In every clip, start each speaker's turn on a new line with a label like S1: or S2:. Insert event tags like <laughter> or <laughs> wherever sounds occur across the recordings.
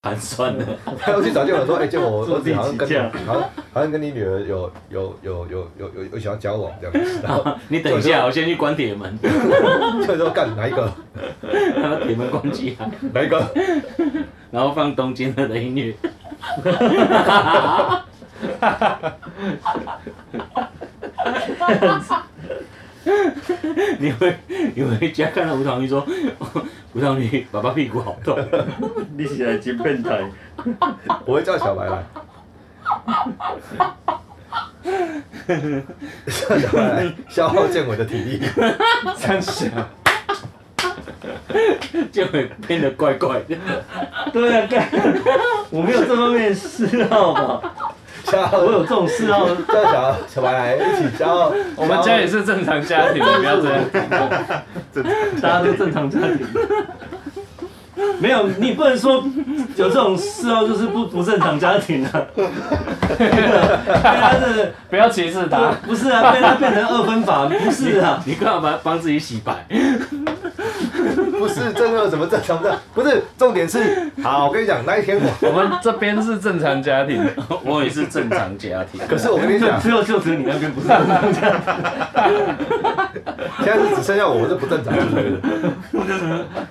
S1: 寒酸 <laughs> 的，
S2: 他又去找建宏说：“哎、建宏，我
S1: 坐
S2: 儿子
S1: 地
S2: 好像
S1: 起
S2: 跟你
S1: 价
S2: 好像好像跟你女儿有有有有有有有想要交往这样子。”然
S1: <laughs>
S2: 后
S1: 你等一下，我先去关铁 <laughs> 门，
S2: 就说：“干哪一个？
S1: 然后铁门关起来，
S2: 哪一个？
S1: 然后放东京的的音乐， <laughs> 你会你回家看到吴唐玉说，吴唐玉爸爸屁股好痛，
S3: 你是来真变态，
S2: 我会叫小白来。”叫小白来消耗建伟的体力。
S4: 三小，
S1: 就会变得怪怪的。
S3: 对啊，干，我没有这方面的嗜好嘛，
S2: 消耗
S3: 我有这种嗜好，
S2: 叫小小白来一起消耗。
S4: 我们家也是正常家庭，不要这样。
S3: 大家都正常家庭。没有，你不能说有这种嗜好就是不不正常家庭啊。被他的
S4: 不要歧视他。
S3: 不是啊，被他变成二分法，不是啊。
S1: 你干嘛把帮自己洗白？
S2: 不是这个什么正常的，不是重点是，好，我跟你讲那一天我，
S4: 我们这边是正常家庭，
S1: 我也是正常家庭，啊
S2: 可是我跟你
S3: 就
S2: 讲，
S3: 只有就只有你那边不是正常家庭，
S2: 现在是只剩下我，我是不正常的。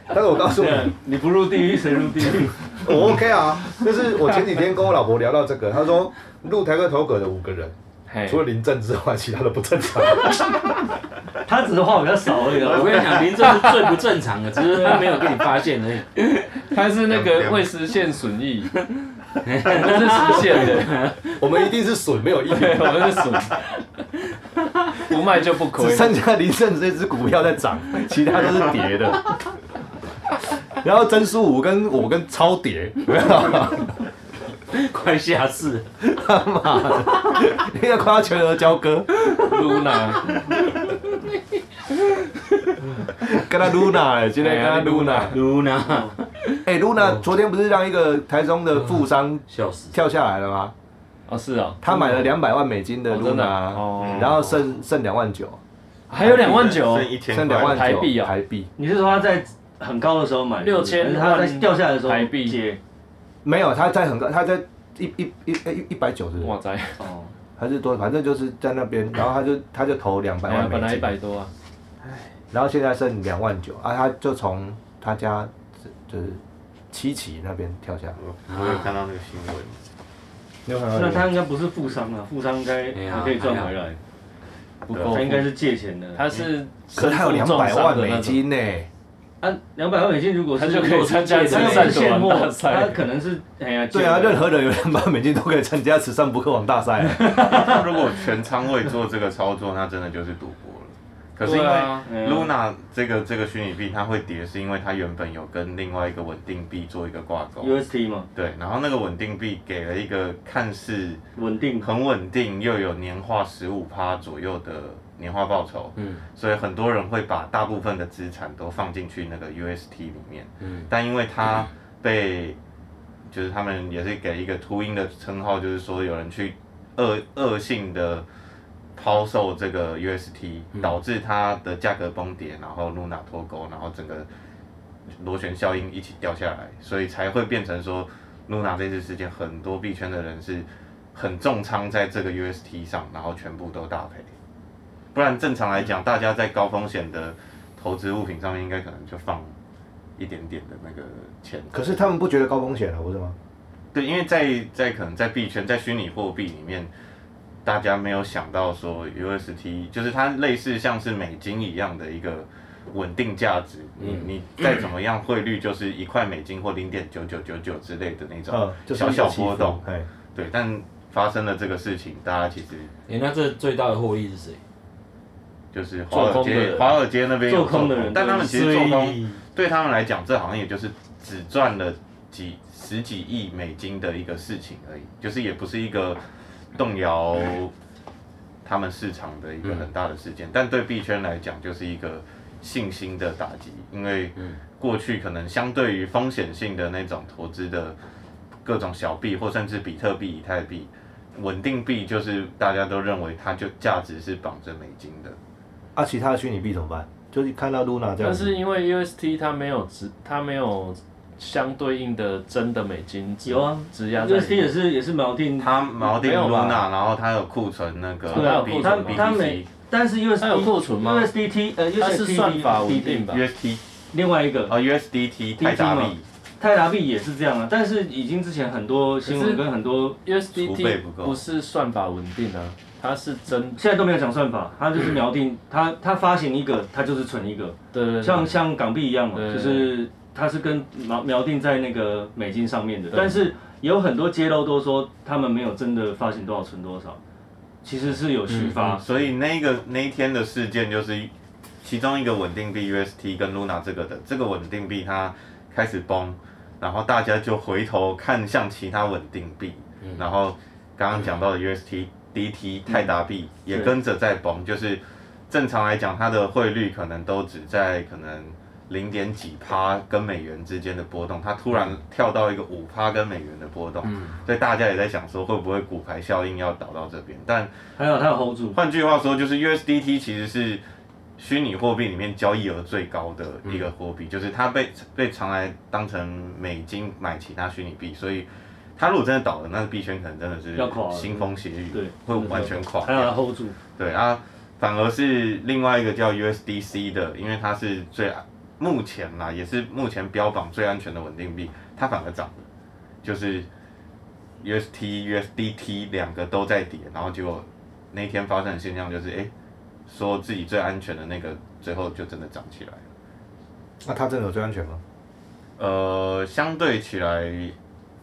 S1: <laughs>
S2: 但是我告诉你，
S1: 啊
S3: 你不入地狱谁入地狱？
S2: 我 OK 啊，就是我前几天跟我老婆聊到这个，她说录台客投稿的五个人，
S4: <laughs> 嘿
S2: 除了林正之外，其他都不正常。 <laughs>
S3: 他只是话比较少而已啊
S1: 我。跟你讲，林正是最不正常的，只是他没有给你发现而已。
S4: 他是那个未实现损益， <laughs> 我们是实现的，
S2: 我们一定是损，没有益，
S4: <laughs> 对，我们是损，不卖就不亏
S2: 只。剩下林正之这只股票在涨，其他都是跌的。 <laughs> 然后曾书武跟我跟超跌， <laughs> 有没有？
S1: 快下市，
S2: 因为快要全额交割，
S4: Luna，
S2: 跟他 Luna，欸今天跟他
S4: 哎
S2: Luna。
S1: 露娜，
S2: 哎、露娜昨天不是让一个台中的富商
S1: 笑死！
S2: 跳下来了吗？
S4: 哦是哦，
S2: 他买了两百万美金的
S4: 哦
S2: 露
S4: 真的
S2: 娜、
S4: 啊哦
S2: 然后剩剩两万九，
S4: 还有两万九哦
S5: 剩，一千
S2: 剩两
S5: 块
S2: 万
S5: <laughs>
S4: 台
S2: 九
S4: 币啊
S2: 台币
S3: 你是说他在很高的时候买，
S4: 6000
S3: 还是他在掉下来的时候
S4: 台币
S3: 接？
S2: 没有，他在很高，他在一一一一一百九十，
S4: 哇塞，
S3: 哦，
S2: 还是多，反正就是在那边，然后他就他就投两百
S4: 哎呀
S2: 万
S4: 本来
S2: 美
S4: 一百
S2: 金，
S4: 多啊，
S2: 然后现在剩两万九啊，他就从他家就是七期那边跳下来，
S5: 我我有看到那个新闻，
S2: 你有
S5: 啊
S2: 看到
S3: 那
S2: 那
S3: 他
S2: 个？
S3: 应该不是富商啊，富商应该
S1: 哎呀
S3: 也可以赚回来，
S4: 不
S5: 哦
S4: 够
S3: 啊他，应该是借钱的。
S4: 他是
S2: 可是他有
S4: 身
S2: 两
S4: 负重
S2: 百万
S4: 伤的那
S2: 美
S4: 种，
S2: 金呢、
S3: 啊，两百万美金如果是
S4: 他就可以参加
S3: 如果是他又不是现货
S4: 慈善，大赛
S3: 他可能是哎呀，
S2: 对啊，
S3: 借的
S2: 任何人有两百万美金都可以参加慈善博客网大啊赛、
S4: <laughs>
S5: 他如果全仓位做这个操作，那真的就是赌博了。可是因
S4: 对
S5: 为
S4: 啊，
S3: 嗯
S5: Luna 这个这个虚拟币它会跌，是因为它原本有跟另外一个稳定币做一个挂钩，
S3: UST 嘛，
S5: 对，然后那个稳定币给了一个看似
S3: 稳定
S5: 很稳定又有年化十五趴左右的年化报酬，
S1: 嗯
S5: 所以很多人会把大部分的资产都放进去那个 UST 里面，
S1: 嗯，
S5: 但因为它被就是他们也是给一个秃鹰的称号，就是说有人去恶恶性的抛售这个 UST，导
S1: 嗯
S5: 致它的价格崩跌，然后露娜脱钩，然后整个螺旋效应一起掉下来，所以才会变成说露娜这次事件，很多币圈的人是很重仓在这个 UST 上，然后全部都大赔。不然正常来讲，大家在高风险的投资物品上面，应该可能就放一点点的那个钱。
S2: 可是他们不觉得高风险啊，不是吗？
S5: 对，因为在在可能在币圈，在虚拟货币里面，大家没有想到说 UST 就是它类似像是美金一样的一个稳定价值，你你再怎么样汇率就是一块美金或零点九九九九之类的那种
S2: 嗯，就是一
S5: 小
S2: 个
S5: 小
S2: 起伏
S5: 波动，，
S2: 哎，
S5: 对，但发生了这个事情，大家其实
S1: 哎，那这最大的获益是谁？
S5: 就是华尔
S4: 做空的
S5: 街
S4: 人
S5: 华尔街那边有
S3: 做空的人
S5: 但他们其实做空
S1: 以
S5: 对他们来讲，这好像也就是只赚了几十几亿美金的一个事情而已，就是也不是一个动摇他们市场的一个很大的事件。但对币圈来讲，就是一个信心的打击，因为
S1: 嗯
S5: 过去可能相对于风险性的那种投资的各种小币，或甚至比特币、以太币。稳定币就是大家都认为它就价值是绑着美金的，
S2: 啊，其他的虚拟币怎么办？就是看到 Luna 这样
S4: 但
S2: 子，
S4: 是因为 UST 它没有值，它没有相对应的真的美金质
S3: 有啊
S4: 质押在
S3: 这些
S4: 里
S3: 也
S4: 面。
S3: 是也是锚定，
S5: 他锚定
S4: 没有吧
S5: Luna，然后他有库存那个
S4: 对啊
S5: B
S4: 库
S3: 它
S4: 存
S5: B
S3: 它
S5: B
S3: 每
S5: C
S3: 但是 US
S4: 它有库存吗
S3: USDT 呃
S4: 它是
S3: USDT
S4: 算法稳定吧？
S5: UST
S3: 另外一个
S5: 啊 USDT 泰达币
S3: 泰达币也是这样啊，但是已经之前很多新
S4: 可
S3: 闻
S4: 是
S3: 跟很多
S5: 储备不
S4: USDT
S5: 够
S4: 不是算法稳定啊，它是真
S3: 现在都没有讲算法，它
S4: <clears throat>
S3: 就是锚定，它它发行一个，它就是存一个，
S4: 的
S3: 像像港币一样嘛，
S4: 对
S3: 就是它是跟锚锚定在那个美金上面的，
S4: 对
S3: 但是有很多揭露都说他们没有真的发行多少存多少，其实嗯是有虚发，
S5: 嗯所以那个那一天的事件就是其中一个稳定币 UST 跟 Luna 这个的，这个稳定币它开始崩，然后大家就回头看向其他稳定币，然后刚刚讲到的 UST、DT、泰达币也
S3: 对
S5: 跟着在崩，就是正常来讲它的汇率可能都只在可能。零点几趴跟美元之间的波动，它突然跳到一个五趴跟美元的波动，所以大家也在想说会不会骨牌效应要导到这边，但
S3: 还有它有 hold 住，
S5: 换句话说，就是 USDT 其实是虚拟货币里面交易额最高的一个货
S3: 嗯
S5: 币，就是它被被常来当成美金买其他虚拟币，所以它如果真的倒了，那币圈可能真的是
S3: 要垮了
S5: 腥风血雨，
S3: 对
S5: 会完全垮
S3: 还有它
S5: 掉。
S3: hold 住，
S5: 对啊，反而是另外一个叫 USDC 的，因为它是最啊目前啦，也是目前标榜最安全的稳定币，它反而涨了，就是。UST、USDT 两个都在跌，然后结果那一天发生的现象就是，哎、说自己最安全的那个，最后就真的涨起来了。
S2: 那它真的有最安全吗？
S5: 呃，相对起来，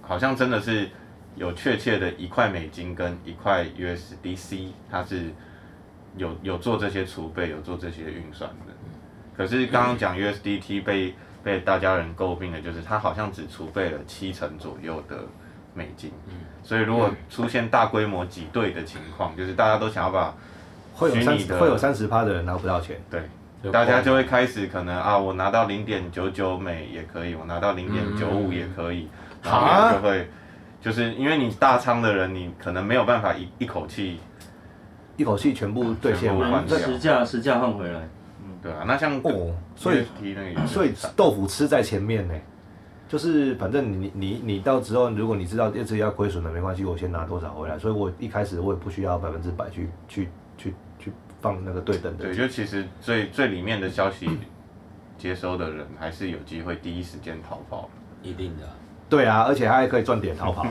S5: 好像真的是有确切的一块美金跟一块 USDC，它是有有做这些储备，有做这些运算的。可是刚刚讲 USDT 被被大家人诟病的就是，它好像只储备了七成左右的美金，所以如果出现大规模挤兑的情况，就是大家都想要把
S2: 会有
S5: 虚
S2: 三
S5: 拟的
S2: 会有三十趴的人拿不到钱，
S5: 对，大家就会开始可能啊，我拿到零点九九美也可以，我拿到零点九五也可以，然后
S2: 哈
S5: 大家就会就是因为你大仓的人，你可能没有办法一一口气，
S2: 一口气全部兑现
S5: 全部
S2: 完
S5: 换。掉
S3: 实价实价换回来，
S5: 对啊，那像
S2: 哦，所以
S5: UST 那个也是
S2: 所以豆腐吃在前面呢，就是反正你你你到之后，如果你知道一直要亏损的，没关系，我先拿多少回来。所以我一开始我也不需要百分之百去去去去放那个对等的
S5: 对，就其实最最里面的消息接收的人还是有机会第一时间逃跑。
S1: 一定的啊。
S2: 对啊，而且他还可以赚点逃跑。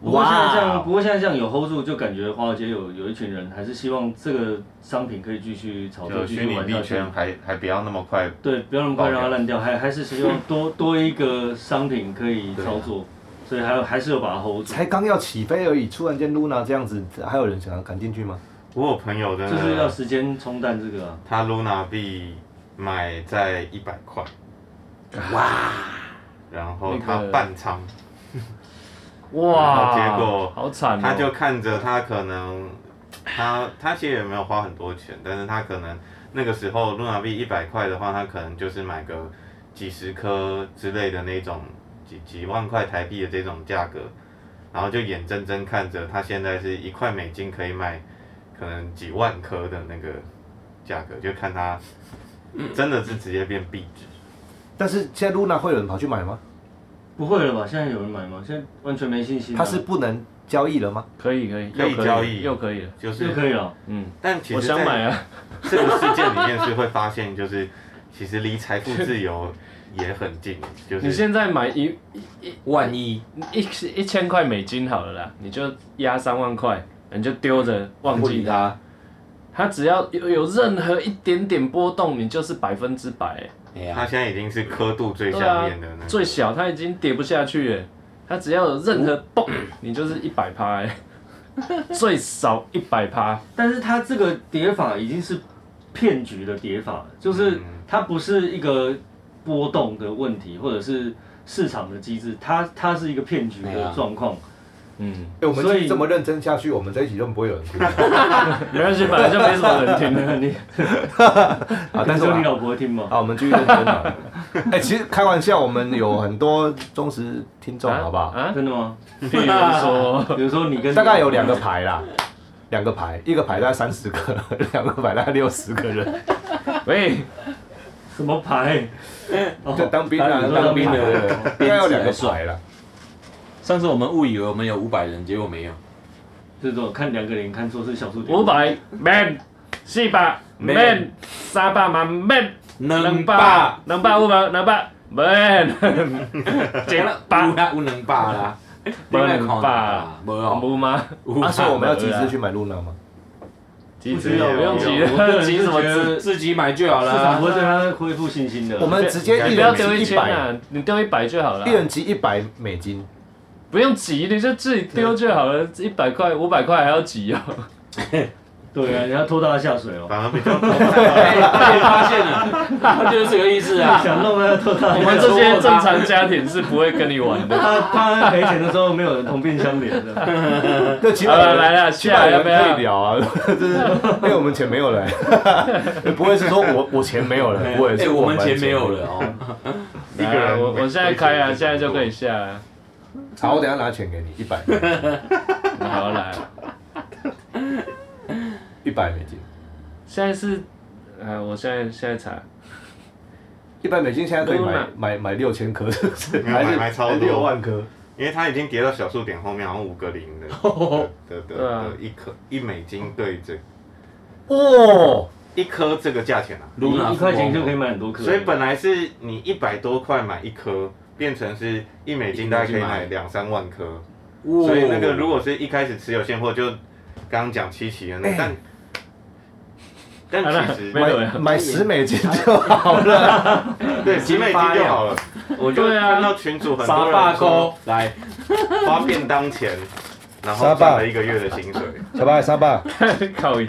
S3: 不过现在这样，
S2: 哇
S3: 不过现在这样有 hold 住，就感觉华尔街有有一群人还是希望这个商品可以继续炒作，
S5: 就
S3: 哦继
S5: 虚
S3: 续
S5: 拟
S3: 玩
S5: 币
S3: 下去
S5: 圈。还还不要那么快，
S3: 对，不要那么快让它烂掉，还还是希望多多一个商品可以操作，所以还有还是有把它 hold 住。
S2: 才刚要起飞而已，突然间 Luna 这样子，还有人想要赶进去吗？
S5: 我有朋友真
S3: 就是要
S5: 的，
S3: 时间冲淡这个、啊，
S5: 他 Luna 币买在一百块，哇，然后他
S4: 那个
S5: 半仓。
S4: 哇，
S5: 然后结果
S4: 好惨哦，
S5: 他就看着他可能，他他其实也没有花很多钱，但是他可能那个时候露娜币一百块的话，他可能就是买个几十颗之类的那种几几万块台币的这种价格，然后就眼睁睁看着他现在是一块美金可以买可能几万颗的那个价格，就看他
S4: 嗯
S5: 真的是直接变壁纸。
S2: 但是现在 Luna 会有人跑去买吗？
S3: 不会了吧？现在有人买吗？现在完全没信心、啊。
S2: 它是不能交易了吗？
S4: 可以可以
S5: 可以
S4: 又
S5: 交易
S4: 又可以了，
S5: 就是
S3: 就可以了，
S4: 嗯，
S5: 但其实
S4: 我想
S5: 在
S4: 买啊，
S5: 这个事件里面是会发现，就是其实离财富自由也很近， <laughs> 就
S4: 你
S5: 是
S4: 现在买一
S1: 万一
S4: 一一千块美金好了啦，你就压三万块，你就丢着忘记它，
S1: 他，
S4: 它只要有有任何一点点波动，你就是百分之百欸，
S1: 哎
S5: 他
S1: 呀，
S5: 现在已经是刻度最
S4: 对
S5: 下
S4: 啊
S5: 面的那，
S4: 最小它已经跌不下去了，它只要有任何蹦，你就是一百趴欸，最少一百趴，
S3: 但是它这个叠法已经是骗局的叠法了，就是
S5: 嗯
S3: 它不是一个波动的问题，或者是市场的机制，它它是一个骗局
S1: 对
S3: 的
S1: 啊
S3: 状况。
S4: 嗯，
S2: 欸、我们
S3: 所以
S2: 这么认真下去，我们这一集都不会有人听
S4: 没关系，本来就没什么人听的。
S3: 你
S2: 啊！但是我
S3: 说
S2: 们
S3: 你
S2: <laughs>
S3: 老婆会听吗？
S2: 啊，我们继续认真啊。 <laughs> 哎、其实开玩笑，我们有很多忠实听众，
S4: <laughs> 啊
S2: 好不好？
S4: 啊，
S3: 真的吗？
S4: 比如说，
S3: <laughs> 比如说你跟
S2: 大概有两个牌啦，两个牌，一个牌大概三十个，两个牌大概六十个人。
S4: 喂，
S3: 什么牌？
S2: 就当兵啊，
S1: 当
S2: 当
S1: 兵
S2: 兵的
S1: 的
S2: 应该有两个
S1: 编制来
S2: 牌啦。
S1: 上次我们误以为我们有五百人，结果没有。
S3: 就是我看两个人看错是小数点。
S4: 五百 man，四百 man，三百嘛 man，
S1: 能
S4: 百
S1: 霸，
S4: 两百五百，两百 <laughs> man，
S1: 减了
S4: 八
S1: 有啦，有能霸啦，
S4: 无两百
S1: 你来看啦，无哦，
S4: 有吗？
S1: 有
S2: 啊，
S1: 啦
S2: 所以我们要集资去买露娜吗？
S4: 集
S3: 不
S4: 资
S3: 需要
S4: 不用集
S3: 我个人
S4: 了，
S3: 是
S4: 集什么
S3: 觉得
S4: 资？
S1: 自己买就好
S3: 市场
S1: 啦
S3: 不。会对他恢复信心的。
S2: 我们直接
S4: 你
S2: 一
S4: 不要
S2: 人
S4: 丢一
S2: 集一
S4: 千
S2: 百，
S4: 啊，你丢一百就好了
S2: 一。人集一百美金。
S4: 不用挤，你就自己丢就好了。一百块、五百块还要挤哦。
S3: 对啊，你要拖到他下水哦。
S5: 反而比较
S1: 哎他也发现了，他就是这个意思啊。
S3: 想弄他要拖到
S4: <laughs> 我
S3: 他
S4: 们
S3: 下
S4: 这
S3: 水。
S4: 些正常家庭是不会跟你 <laughs> 玩的。
S3: 他他赔钱的时候没有人同病相怜的。
S2: 那起
S4: 好
S2: 码
S4: 了，来了，
S2: 起
S4: 下
S2: 码
S4: 来要
S2: 人
S4: 不
S2: 可以
S4: 要？
S2: 聊啊， <laughs> 就是因为我们钱没有了，不会是说我我钱没有了，不会
S1: 哎，
S2: 是
S1: 我们钱没有
S2: 了。
S1: 了哦。
S5: 一个人
S4: 我我现在开啊，
S5: 没
S4: 现在就可以下啊。
S2: 好，我等一下拿钱给你一百，
S4: 好来，
S2: 一百美金，
S4: 现在是，呃，我现在现在查，
S2: 一百美金现在可以买
S4: Luna
S2: 买买六千颗，是不是？
S5: 没有买
S2: 还是
S5: 买超多
S2: 六万颗？
S5: 因为它已经跌到小数点后面，好像五个零的的的
S4: 对啊
S5: 的一颗一美金对这
S2: 哇！
S5: 一颗这个价钱啊，
S1: 露娜
S3: 一块钱就可以买很多颗。
S5: 所以本来是你一百多块买一颗，变成是一美金大概可以买两三万颗，
S1: 哇
S5: 所以那个如果是一开始持有现货，就刚刚讲七期的那，但但其实
S4: 没有呀
S2: 买买十美金
S5: <laughs>
S2: 就好了。
S5: 对集美金就好了，我就
S4: 对啊
S5: 看到群主很
S1: 沙
S5: 多
S1: 发
S5: 人说 <laughs>
S1: 沟来，
S5: 花便当钱，然
S2: 沙
S5: 后
S2: 发
S5: 赚了一个月的薪水。
S2: 小白沙爸，
S4: 靠腰，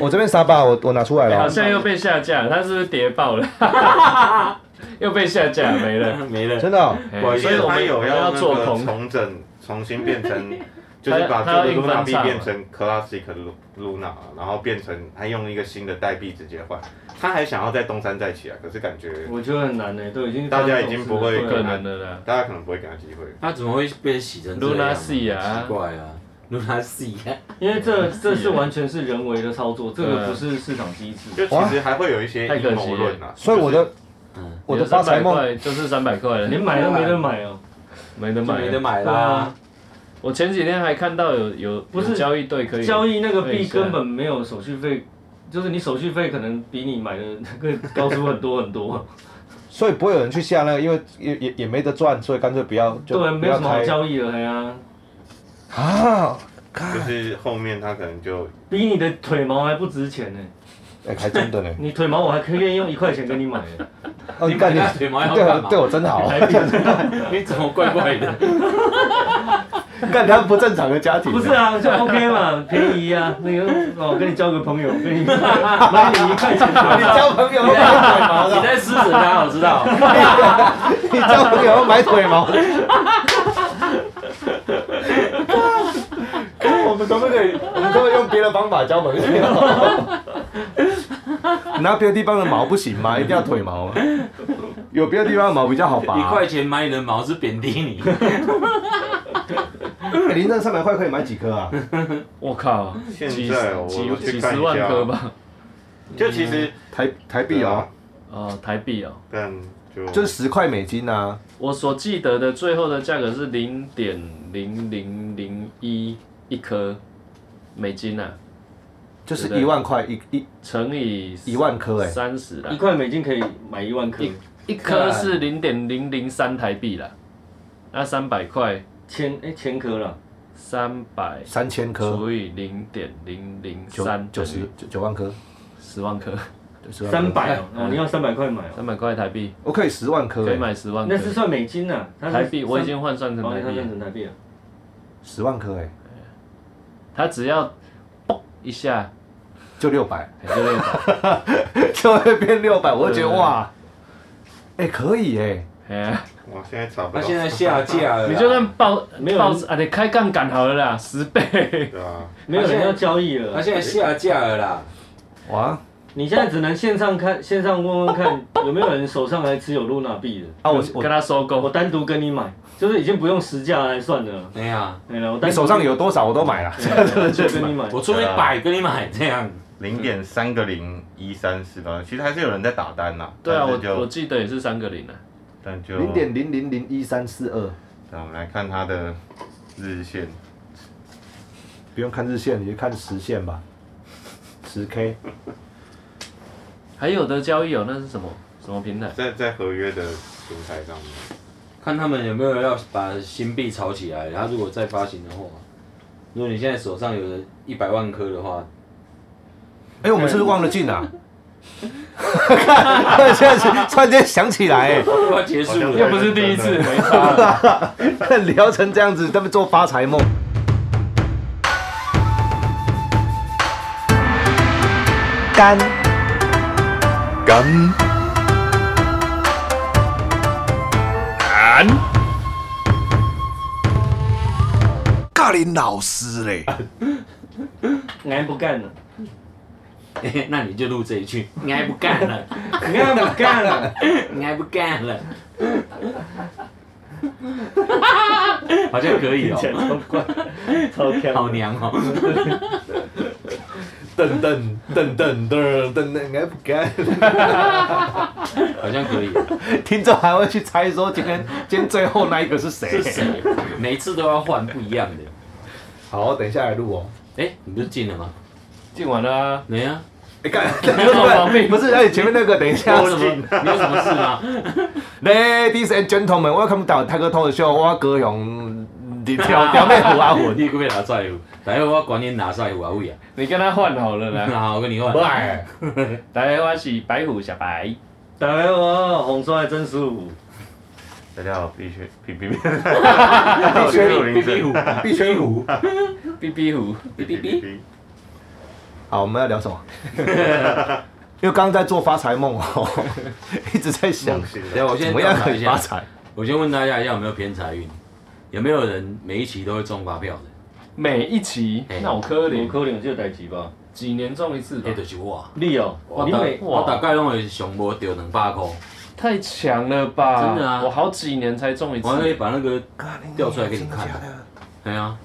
S2: 我这边沙爸，我我拿出来
S4: 好
S2: 了。哦
S4: 像又被下架了，他是不是跌爆了？又被下架 <laughs> 没了。
S1: 没了。
S2: 真的哦，
S4: 哎
S5: 我
S4: 所
S5: 所
S4: 以
S5: 以
S4: 我
S5: 他
S4: 们
S5: 有
S4: 我们要
S5: 那
S4: 做
S5: 个
S4: 空，
S5: 重整，重新
S4: <laughs>
S5: 变成，就是把
S4: 他要
S5: 旧的
S4: 硬
S5: Luna
S4: 翻
S5: B
S4: 唱
S5: 变成 Classic Lu- Luna，然后变成他用一个新的代币直接换。他还想要在东山再起啊，可是感觉
S3: 我觉得很难呢，都已经
S5: 大家已经不会
S3: 啊
S4: 不可能的啦。
S5: 大家可能不会给他机会。
S1: 他怎么会被洗成这样
S4: Luna C 啊
S1: 奇怪啊，Luna C 啊，
S3: 因为这这是完全是人为的操作，这个不是市场机制。
S5: 就其实还会有一些
S4: 哇
S5: 阴谋论啊，
S2: 所以我的
S1: 嗯，
S2: 我的发财梦，
S4: 有300块就是三百块了，
S3: 连买都没得买哦。
S4: 没得
S1: 就
S4: 买
S1: 没得
S4: 了。
S1: 买
S3: 对
S1: 啦
S3: 啊。
S4: 我前几天还看到有有
S3: 不是
S4: 有交易对可以
S3: 交易那个
S4: 对
S3: 币
S4: 是啊
S3: 根本没有手续费，就是你手续费可能比你买的那个高出很多很多。
S2: 所以不会有人去下那个，因为也也也没得赚，所以干脆不要就
S3: 对，啊
S2: 不
S3: 没有
S2: 要
S3: 什么好
S2: 开
S3: 交易的，哎呀，
S2: 啊。
S5: 就是后面他可能就
S3: 比你的腿毛还不值钱呢。。
S2: 哎，还真的呢
S3: 你腿毛我还可以愿意用一块钱跟你
S4: <laughs>
S3: 买，
S2: 哦，
S1: 你
S2: 干
S1: 买
S2: 你
S1: 那腿毛要
S2: 对
S1: 干
S2: 我
S1: 嘛？
S2: 对我啊真好，
S3: 还比
S1: 你怎么怪怪的？
S2: 干他不正常的家庭。
S3: 不是，啊，就 OK
S4: <laughs>
S3: 嘛，便宜啊。那个哦，我跟你交个朋友，跟你买你一块钱腿
S2: <laughs> 你
S3: 毛，
S2: 交朋友要买腿毛
S1: 你
S2: 的，
S1: 在施舍他，我知 <laughs> 道。
S2: <laughs> 你交朋友要买腿毛的。看我们可不可以，我们可不可以用别的方法交朋友？拿别的地方的毛不行吗？一定要腿毛吗？有别的地方的毛比较好拔、
S1: 一块钱买你的毛是贬低你，
S2: 哎，零三百块可以买几颗啊？
S4: 我靠，
S5: 现
S4: 几
S5: 在我
S4: 几
S5: 我去
S4: 几
S5: 看
S4: 十
S5: 一
S4: 万
S5: 下
S4: 颗吧，
S5: 就其实
S2: 台台币哦，，
S4: 哦，台币哦。
S5: 但就
S2: 就是十块美金啊。
S4: 我所记得的最后的价格是零点零零零一一颗美金啊，
S2: 就是
S4: 对
S2: 一万块一一
S4: 乘以
S2: 一万颗哎、
S4: 三十啦
S3: 一，块美金可以买一万颗，啊
S4: 一颗是零点零零三台币啦，那三百块
S3: 千哎千颗了，
S4: 三百
S2: 三千颗，
S4: 除以零点零零
S2: 九
S4: 三
S2: 九十九九万颗，
S4: 十万颗，
S2: 90万颗
S4: 啊
S3: 三百哦，哦你要三百块买哦，
S4: 三百块台币
S2: 我可以十万颗
S4: 可以
S2: 哎，
S4: 买十万颗
S3: 那是算美金呐，它是
S4: 台币，我已
S3: 三
S4: 经换算成
S3: 哦，
S4: 台
S3: 你看
S4: 币
S3: 变
S4: 了，
S3: 成台币了，
S2: 十万颗哎，
S4: 它只要嘣一下哎
S2: 就六百，
S4: 就六
S2: <laughs>
S4: 百，
S2: 就会变六百，我就觉得
S4: 对
S2: 哇，哎可以哎，
S4: 哎呀，
S5: 我现在查不
S1: <laughs> 他
S5: 到，
S1: 现在下架
S2: 啊
S1: 了啦。
S4: 你就算爆
S3: 没有
S4: 爆
S3: 人
S4: 啊，你开杠杆好了啦，十倍。
S5: 对啊，
S3: 没有
S1: 而
S3: 人
S1: 且
S3: 要交易了
S1: <laughs> 他。现在下架了啦。
S2: 哇
S3: 你现在只能线上看，线上问问看有没有人手上还持有露娜币的。
S2: <laughs> 啊我
S4: <laughs> 跟
S2: 我
S4: 他收
S3: 我
S4: 购，
S3: 单独跟你买，就是已经不用实价来算了。
S1: 哎呀，
S3: 对了，我单
S2: 你
S3: 独
S2: 手上有多少我都买了，
S3: 对我就跟你买。
S1: 啊我出一百跟你买这样。
S5: 零点三个零一三四八，其实还是有人在打单呐、
S4: 对啊，
S5: 但是
S4: 我我
S5: 就
S4: 记得也是三个零啊。
S5: 但就
S2: 零点零零零一三四二，
S5: 那我们来看它的日线，
S2: 不用看日线，你就看时线吧，十 K
S4: 还有的交易有那是什么什么平台？
S5: 在在合约的平台上面，
S1: 看他们有没有要把新币炒起来。然后如果再发行的话，如果你现在手上有一百万颗的话，
S2: 哎、我们是不是忘了进啊？ <laughs> 现在是突然间想起来、哎，
S1: 都要结束
S5: 好像
S1: 了
S5: 在
S4: 又。不是第一次，
S1: <laughs>
S4: 没差。
S2: <laughs> 看聊成这样子，他们做发财梦。干
S6: 干干，干林老师嘞，
S3: 俺不干了，
S1: 那你就录这一句，你还不干了，
S3: 俺不干了，
S1: 你还不干了， <laughs> 好像可以
S3: 讲
S1: 哦，
S3: 超怪，超跳，
S1: <laughs> 好娘哦。
S2: 噔噔噔噔噔噔噔，应该不干。
S1: 好像可以，
S2: <laughs> 听众还会去猜说今天今天最后那一个是谁？
S1: 是谁？每次都要换不一样的。
S2: 好，等一下来录哦。
S1: 哎、你不是进了吗？
S4: 进完了啊，
S1: 没啊，
S2: 哎、干， <laughs> 不是不是，哎，前面那个等一
S1: 你
S2: 下
S1: 有什么？你有什么事吗？ <laughs>
S2: ，Ladies and gentlemen, welcome to 泰哥通的秀，我高雄你跳表妹胡阿
S1: 啊我
S2: 混。
S1: 你可别拿赛虎，等下我管你拿赛虎啊喂啊！
S4: 你跟他换好了啦。
S1: 那好，我跟你换。
S2: 喂，
S4: 大家好，我是白虎小白，
S3: 打开我红双的真输，
S5: 大家好，必须必必必，
S2: 必须
S5: 六零
S1: 虎
S5: 四，
S2: 必须虎。
S4: 哔哔虎。
S1: 哔哔哔，
S2: 好，我们要聊什么？因为刚刚在做发财梦哦，一直在想
S5: 梦醒
S1: 等下
S5: 了，
S1: 我
S2: 怎
S1: 先
S2: 么样
S1: 调查
S2: 可
S1: 一
S2: 以发
S1: 下，
S2: 财。
S1: 我先问大家一下有没有偏财运？有没有人每一期都会中发票的？
S4: 每一期
S1: 嘿哎
S4: 那我可
S3: 有
S4: 能
S3: 可能就代志吧？
S4: 几年中一次吧
S1: 那，就是我，
S3: 你哦，
S1: 我
S3: 你
S1: 大
S3: 每
S1: 我大概拢会上无掉两百块，
S4: 太强了吧！
S1: 真的啊
S4: 我好几年才中一
S1: 我还可以
S4: 次。
S1: 把那个调出来给你看。对啊，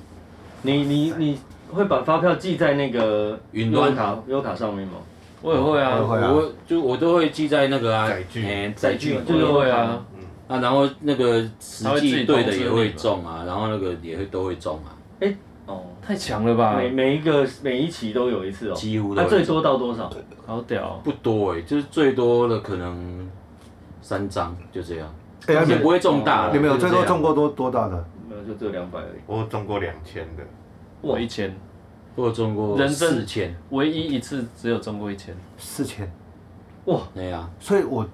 S3: 你你你会把发票记在那个
S1: 云端
S3: 悠游卡优卡上面吗？
S4: 我也会啊，
S2: 我也会啊
S1: 我就我都会记在那个啊
S5: 载具
S1: 哎载具
S4: 我也会啊。
S1: 啊，然后那个实际对的也会中啊，然后那个也会都会中啊，
S3: 哦，
S4: 太强了吧！
S3: 每每一个每一期都有一次哦。
S1: 几乎都
S3: 那
S1: 会
S3: 最
S1: 中
S3: 多到多少？
S4: 好屌哦，
S1: 啊不多哎、就是最多的可能三张就这样，
S2: 哎呀，你
S1: 也
S2: 们
S1: 不会中大啦。啊
S2: 你们有
S1: 就
S2: 最
S1: 是这
S2: 多
S1: 样
S2: 中过多多大的？
S3: 没有，就只有两百而已。
S5: 我中过两千的，
S4: 我一千，
S1: 我有中过
S4: 人生
S1: 四千，
S4: 唯一一次只有中过一千。
S2: 四千，
S1: 对啊，
S2: 所以我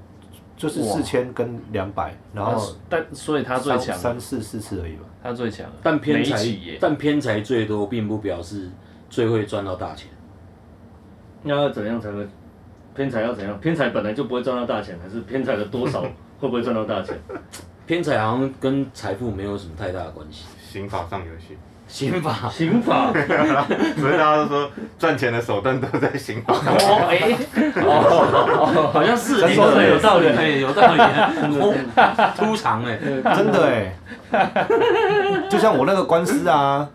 S2: 就是
S4: 哇
S2: 四千跟两百，然
S4: 但
S2: 后
S4: 是但所以他最
S2: 三
S4: 强了，
S2: 三四四次而已吧。
S4: 他最强了。
S1: 但偏
S4: 每一
S1: 财
S4: 期耶，
S1: 但偏财最多，并不表示最会赚到大钱。
S3: 那要怎样才会偏财？要怎样？偏财本来就不会赚到大钱，还是偏财的多
S1: <laughs>
S3: 少会不会赚到大钱？
S1: 偏财好像跟财富没有什么太大的关系。
S5: 刑法上游戏，
S1: 刑法，
S3: 刑法
S5: 所以大家都说赚钱的手段都在刑法上。
S1: 哦哎，哦， <laughs> 好像是，
S2: 真的
S1: 哎
S3: 有道理
S1: 对，有道理， <laughs> 哦突长哎，
S2: 真的哎、就像我那个官司啊，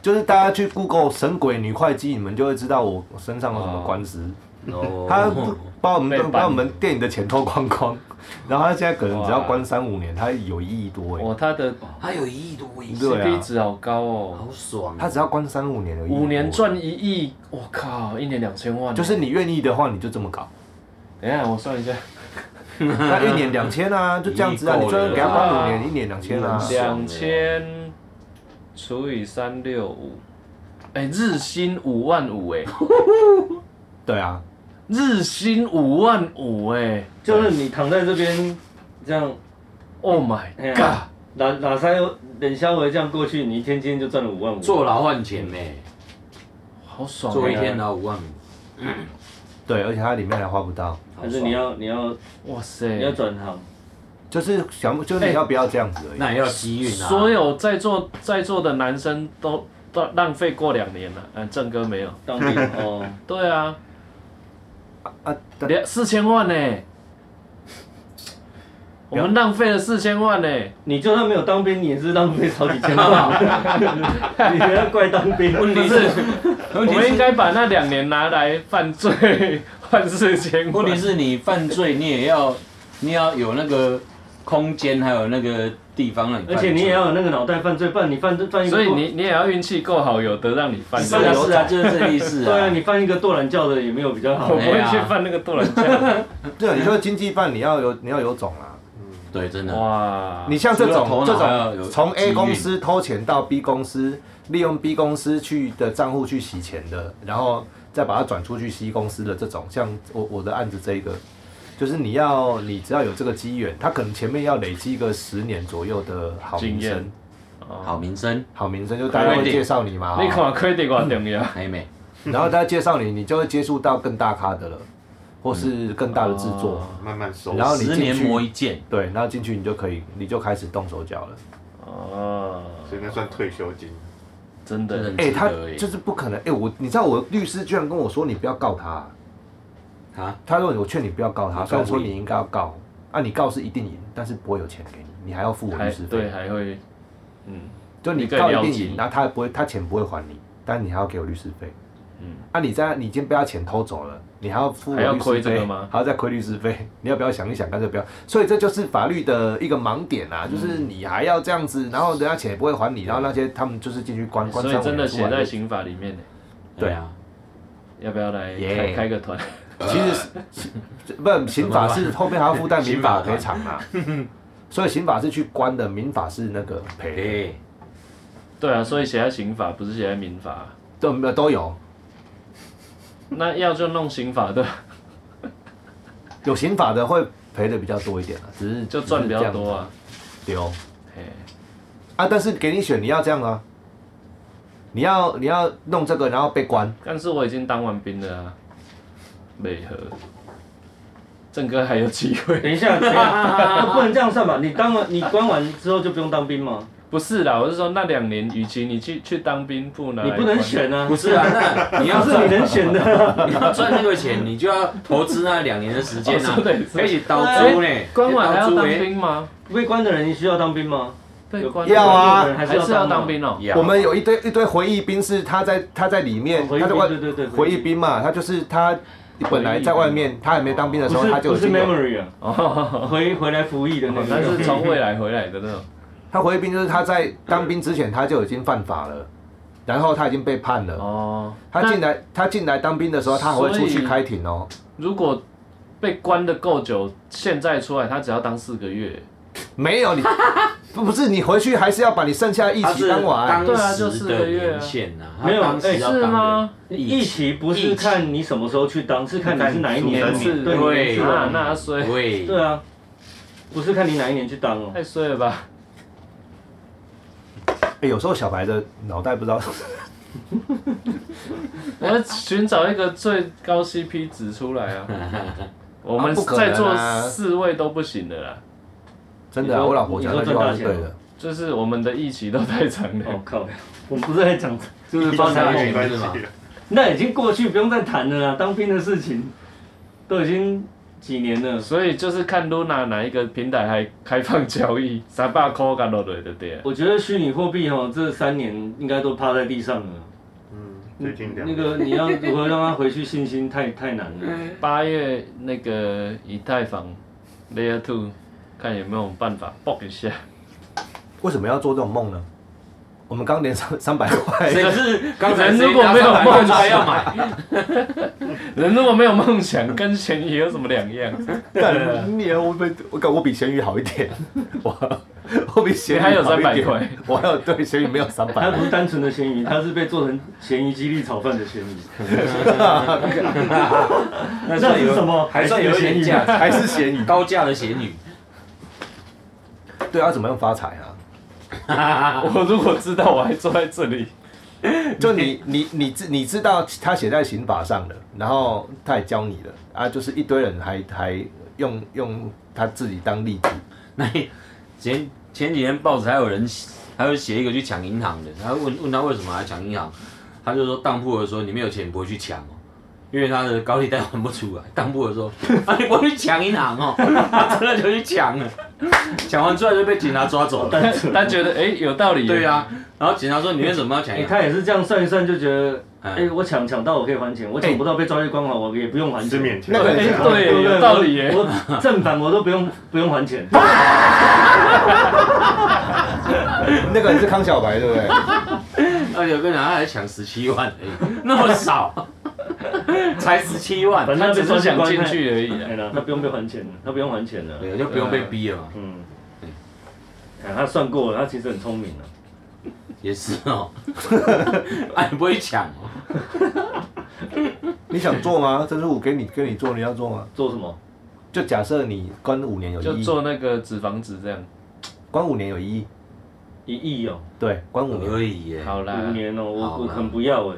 S2: 就是大家去 Google 神鬼女会计，你们就会知道我身上有什么官司。
S1: 哦
S2: 他把我
S4: 被
S2: 们
S4: 办
S2: 把我们店里的钱偷光光，然后他现在可能只要关三五年，他有一亿多哎、
S4: 哇，他的
S1: 他有一亿多一亿，
S2: 对啊
S4: CP 值好高哦，
S1: 好爽啊！
S2: 他只要关三五年而已，
S4: 五年赚一亿，我靠，一年两千万。
S2: 就是，你愿意的话，你就这么搞，
S4: 等一下我算一下，
S2: 那一年两千啊，就这样子啊，
S1: 一亿
S2: 你
S1: 够
S2: 就
S1: 了
S2: 给他关五
S4: 哇
S2: 年，一年两千啊，
S1: 爽
S4: 两千除以三六五，哎，日薪五万五哎，
S2: 对啊，
S4: 日薪五万五哎
S3: 就是你躺在这边这样
S1: <laughs>
S4: ，Oh my
S3: 哎
S4: god！
S3: 呀哪哪塞冷消维这样过去，你一天今天就赚了五万五。
S1: 坐牢换钱呢，
S4: 好爽、啊！
S1: 坐一天，拿五万五，
S2: 对，而且它里面还花不到，
S1: 啊
S3: 还是你要你要
S4: 哇塞！
S3: 你要转行？
S2: 就是想就是你要不要这样子而已。
S1: 那也要机运啊！
S4: 所有在座在座的男生都都浪费过两年了，嗯，郑哥没有。
S3: 当兵哦，
S4: 对啊，
S2: 啊，但
S4: 两四千万呢、哎我们浪费了四千万哎呢、
S3: 你就算没有当兵，你也是浪费好几千万。你不要怪当兵，
S1: 问题
S4: 不
S1: 是
S4: 是，我
S1: <laughs> 问题
S4: 们应
S1: 是
S4: 该把那两年拿来犯罪 <laughs> 换四千
S1: 问题
S4: 万。
S1: 是你犯罪，你也要你也要有那个空间，还有那个地方让你
S3: 而
S1: 犯罪。
S3: 且你也要有那个脑袋犯罪，不然你犯犯一个
S4: 所
S3: 堕，
S4: 以你你也要运气够好，有得让你犯
S1: 是
S4: 罪。
S1: 啊是啊，就是这个意思啊。
S3: 对啊，你犯一个堕懒教的也没有比较
S4: 我
S3: 好
S4: 不。
S1: 哎
S4: 会
S1: 呀
S4: 去犯那个堕人
S2: 对啊，你说经济办你要有你要有种啊。
S1: 对真
S4: 教。
S1: 的。
S4: 哇，
S2: 你像这
S1: 啊除了头
S2: 种
S1: 脑
S2: 这
S1: 还要有
S2: 种从
S1: 机
S2: A
S1: 遇
S2: 公司偷钱到 B 公司，利用 B 公司去的账户去洗钱的，然后再把它转出去 C 公司的这种，像我我的案子这一个，就是你要你只要有这个机缘，他可能前面要累积个十年左右的好名
S4: 经验
S2: 声，
S1: 好名声，
S2: 好名声就大家会
S1: Credit
S2: 介绍你嘛，
S4: 你
S2: 哦
S4: 看 credit 偌重要。
S1: 还没
S2: 然后大家介绍你，你就会接触到更大咖的了，或是更大的制作，
S1: 哦
S5: 慢慢熟。
S2: 然后你进
S1: 十
S2: 去
S1: 年磨一剑，
S2: 对，然后进去你就可以你就开始动手脚了。
S4: 哦，
S5: 所以那算退休金。
S4: 真
S1: 真的
S4: 的
S1: 很
S2: 哎、
S1: 值
S2: 他
S1: 得耶
S2: 就是不可能。哎、我你知道我律师居然跟我说你不要告他、
S1: 啊！
S2: 他说我劝你不要告
S1: 你
S2: 他，
S1: 告
S2: 虽然说
S1: 不赢
S2: 你应该要告，啊，你告是一定赢，但是不会有钱给你，你还要付我
S4: 还
S2: 律师
S4: 对
S2: 费。
S4: 还会，嗯，
S2: 就你
S4: 你更
S2: 告
S4: 了
S2: 一定
S4: 解
S2: 赢，然后他不会，他钱不会还你，但你还要给我律师费。嗯
S4: 嗯，
S2: 啊，你在你已经被他钱偷走了，你还要付我
S4: 还要
S2: 律师
S4: 亏这
S2: 费
S4: 个吗
S2: 还要再亏律师费， <laughs> 你要不要想一想，干脆不要？所以这就是法律的一个盲点
S4: 嗯
S2: 啊，就是你还要这样子，然后人家钱也不会还你，然后那些他们就是进去关关
S4: 哎所
S2: 上
S4: 以真的
S2: 门出
S4: 写
S2: 来
S4: 在
S2: 就
S4: 刑法里面呢。
S1: 对啊，
S4: 要不要来
S2: 耶
S4: 开开个团？
S2: 其实
S4: 呃
S2: 是是 <laughs> 不，刑法是后面还要附带民法赔偿嘛， <laughs> 所以刑法是去关的，民法是那个赔，
S1: 哎，
S4: 对啊，所以写在刑法，不是写在民法啊。
S2: 都都有，
S4: 那要就弄刑法的， <laughs>
S2: 有刑法的会赔的比较多一点啊，只是
S4: 就赚比较多，啊。
S2: 只是这样子对哦
S4: 嘿，
S2: 啊，但是给你选，你要这样啊，你要你要弄这个，然后被关，
S4: 但是我已经当完兵了啊，美和，郑哥还有机会。
S3: 等一下，等一下
S4: <laughs>
S3: 不能这样算吧？你当完你关完之后就不用当兵吗？
S4: 不是啦，我是说那两年，与其你去去当兵，不拿
S3: 你
S4: 来
S3: 不能
S4: 管
S3: 选啊
S1: 不，是啊，那你
S3: 你
S1: 要
S3: 是
S4: <laughs>
S3: 你
S1: 赚，
S3: 能选的。
S1: 你要赚那个钱，你就要投资那两年的时间啊
S4: 哦说得也，是哎
S1: 可以倒租呢，
S4: 关完还要当
S1: 欸，
S4: 兵吗？
S3: 被关的人，你需要当兵吗？
S4: 被关
S2: 要啊
S3: 还
S4: 还
S3: 是
S4: 是
S3: 要
S4: 要
S3: 当
S4: 当
S3: 兵。
S4: 兵
S5: <laughs>
S4: 哦。
S1: 要
S2: 我们有一堆一堆回忆兵是他在他在里面，
S3: 哦回
S2: 他在
S3: 忆兵
S2: 外
S3: 对对对，
S2: 回忆兵嘛，他就是他本来在外面，他还没当兵的时
S3: 不
S2: 候，
S3: 是
S2: 他就
S3: 不
S2: 已
S3: 是
S2: 经有
S3: memory 啊，
S4: 哦，
S3: 回回来服役的那个。
S4: 但哦是从未来回来的那种。
S2: 他回兵就是他在当兵之前他就已经犯法了，然后他已经被判了。
S4: 哦，
S2: 他进
S4: 那
S2: 来他进来当兵的时候，他还会出去开庭哦。
S4: 如果被关的够久，现在出来他只要当四个月。
S2: 没有你，不不是你回去还是要把你剩下的一
S1: 他
S2: 起
S1: 是
S2: 当完。
S4: 对啊
S1: 当
S4: 就
S1: 时
S4: 四
S1: 的
S4: 个月啊
S1: 年限啊，
S3: 没有
S1: 他当时
S3: 哎
S1: 要
S4: 是
S1: 当
S4: 吗
S1: 的
S3: 一起不是看你什么时候去当，是看你是哪一年
S4: 年
S3: 的
S4: 次
S3: 对
S1: 对
S3: 年次
S4: 啊
S3: 啊，
S4: 那衰
S1: 对
S3: 对啊，不是看你哪一年去当
S4: <laughs>
S3: 哦。
S4: 太衰了吧？
S2: 哎，有时候小白的脑袋不知道，
S4: 我要寻找一个最高 CP 值出来啊！我们
S2: 啊不可能
S4: 在座
S2: 啊
S4: 四位都不行的啦，
S2: 真的啊，
S3: 你说
S2: 我老婆讲那句话是对
S3: 你说赚大
S2: 的。
S4: 就是我们的疫情都太长
S3: 我
S4: 了。
S3: 哦靠，我们不是在讲，
S1: 就是
S3: 帮
S1: 放在
S3: 他们
S1: 一
S5: 没关
S1: 起
S5: 系
S1: 是吗？
S5: 了，
S3: <laughs> 那已经过去，不用再谈了啦。啊当兵的事情都已经几年了，
S4: 所以就是看 Luna 哪一个平台还开放交易， <laughs> 三百块干落对的对了。
S3: 我觉得虚拟货币哈，这三年应该都趴在地上了。
S5: 嗯，最近两
S3: 那个你要如何让它回去信心太太难了。
S4: 八月那个以太坊 Layer Two，看有没有办法爆一下。 <laughs>
S2: 为什么要做这种梦呢？我们刚连三三百块，
S1: 谁是刚才
S4: 人
S1: 谁
S4: 如果
S1: 拿
S4: 没有
S1: 300块
S4: 梦
S1: 出来要
S4: 想
S1: 买，
S4: 人如果没有梦想，跟咸鱼有什么两样？
S2: 干你啊！我比我感我比咸鱼好一点，我 <laughs> 我比咸鱼
S4: 你还有
S2: 好一
S4: 300
S2: 点
S4: 块，
S2: 我还有对咸鱼没有三
S3: 它
S2: 百
S3: <laughs> 不。是单纯的咸鱼，它是被做成咸鱼鸡粒炒饭的咸鱼。
S1: <laughs> 那
S3: 算有还
S1: 还
S3: 算
S1: 算
S3: 有
S1: 有
S3: 一点
S1: 点价
S3: 价
S1: 值，
S3: 值
S2: 还是咸鱼
S1: 高价的咸鱼。
S2: 对啊，怎么样发财啊？
S4: 我如果知道，我还坐在这里。
S2: <laughs> 就你你你知你知道他写在刑法上的，然后他也教你了啊，就是一堆人还还用用他自己当例子，
S1: 那你前前几天报纸还有人写还有写一个去抢银行的，他问问他为什么要抢银行，他就说当铺的说你没有钱不会去抢哦，因为他的高利贷还不出来。当铺的说啊你不会去抢银行哦，他真的就去抢了。抢完出来就被警察抓走了。
S3: 单纯。
S4: 他觉得哎、有道理。
S1: 对
S4: <laughs>
S1: 啊，然后警察说你为什么要抢
S3: 哎、
S1: 银行？
S3: 他也是这样算一算，就觉得，哎、
S1: 哎
S3: 我抢抢到我可以还钱，我抢不到被抓去关好，我也不用还
S5: 吃
S3: 钱。
S5: 面
S4: 哎、
S5: 条，
S4: 对，有道理耶。
S3: 我我正反我都不用不用还钱，
S2: 那个人是康小白，对不
S4: <laughs>
S2: 对？
S1: 嗯而且我跟你讲，他还抢十七万而已，那么少，才十七万，
S3: 反
S4: 他
S3: 正
S4: 只
S3: 被抓
S4: 是
S3: 去
S4: 想
S3: 关
S4: 进，去而已、啊。
S3: 哎了，他不用被还钱了，他不用还钱了。
S1: 对，就不用被逼了嘛。
S3: 嗯，哎他算过了，他其实很聪明啊的、
S1: 也是哦，哎，你不会抢哦。
S2: 你想做吗？珍珠我给你给你做，你要做吗？
S3: 做什么？
S2: 就假设你关五年有
S4: 就
S2: 一亿，
S4: 做那个纸房子这样。
S2: 关五年有一亿，
S3: 一亿哦，
S2: 对，关五
S4: 呃
S2: 年。
S1: 可以耶，
S4: 好啦
S3: 五，年哦，
S1: 好
S3: 我我
S1: 啦
S3: 很不要哎、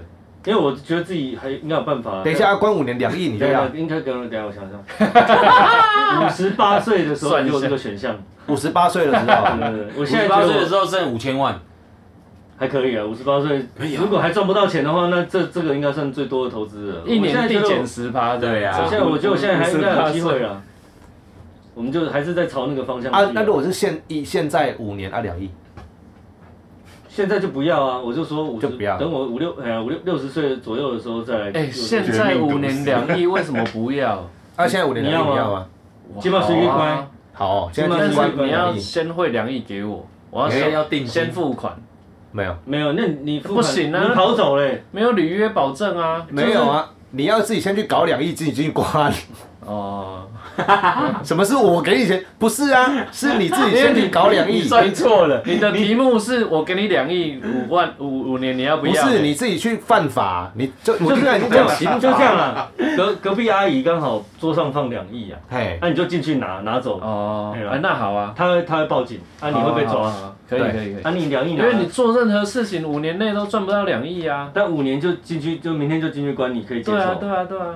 S3: 因为我觉得自己还应该有办法。
S2: 等一下，关五年两亿你就
S3: 对
S2: 要
S3: 啊，应该给我等一下我想想，五十八岁的时候
S4: 算一
S3: 就
S4: 下
S3: 有这个选项。
S2: 五十八岁了，知道
S4: <laughs>
S2: 吗？
S3: 嗯，我
S1: 我
S3: 现在
S1: 十
S3: 觉
S1: 八
S3: 得
S1: 岁的
S3: 我
S1: 时候剩五千万，
S3: 还可以啊，五十八岁
S1: 可以，啊
S3: 如果还赚不到钱的话，那这这个应该算最多的投资了。
S4: 一
S3: 我
S4: 年递
S3: 现在觉得
S4: 减十趴的。
S1: 对啊
S3: 我现在我觉得我现在还应该有机会
S4: 了。
S3: 了。我们就还是在朝那个方向去
S2: 啊，那如果是现一现在五年啊两亿，
S3: 现在就不要啊，我就说五十
S2: 就不要
S3: 等我五六哎呀五六六十岁左右的时候再来。
S4: 哎、现在五年两亿，为什么不要？
S2: 啊现在五年两亿
S3: 你要吗
S2: 你要吗？
S3: 基本上随意
S4: 好啊
S3: 乖
S2: 好哦，现在
S4: 但
S2: 就是
S3: 基
S2: 关
S3: 本
S4: 是
S3: 上
S4: 你要
S2: 两亿
S4: 先汇两亿给我，我要
S1: 因
S4: 先
S1: 为要定金
S4: 先付款，
S2: 没有
S3: 没有，那你付款
S4: 不行啊
S3: 你跑走嘞，
S4: 没有履约保证啊。
S2: 没有啊？你要自己先去搞两亿，自己进去关。
S4: 哦， <laughs>
S2: 什么是我给你钱？不是 <laughs> 啊，是你自己先去搞 <laughs> 两亿。
S1: 算错了。
S4: 你的题目是我给你两亿五万五五年，你要
S2: 不
S4: 要？
S2: 是你自己去犯法，你就我就看你 <laughs>
S3: 没有
S2: 讲
S3: 就
S2: 刑法
S3: 这样。啦。隔隔壁阿姨刚好桌上放两亿啊，
S2: 嘿，
S3: 那你就进去拿拿走，
S4: 哦，
S3: 对啦
S4: 哎，那好啊，
S3: 他会他会报警，啊你会被
S4: 好
S3: 抓
S4: 啊，好啊可以
S2: 对
S4: 可以可以，
S3: 啊你两亿
S4: 因
S3: 拿，
S4: 为你做任何事情五年内都赚不到两亿啊。
S3: 但五年就进去，就明天就进去关，你可以接
S4: 对啊对
S3: 受，
S4: 啊对啊，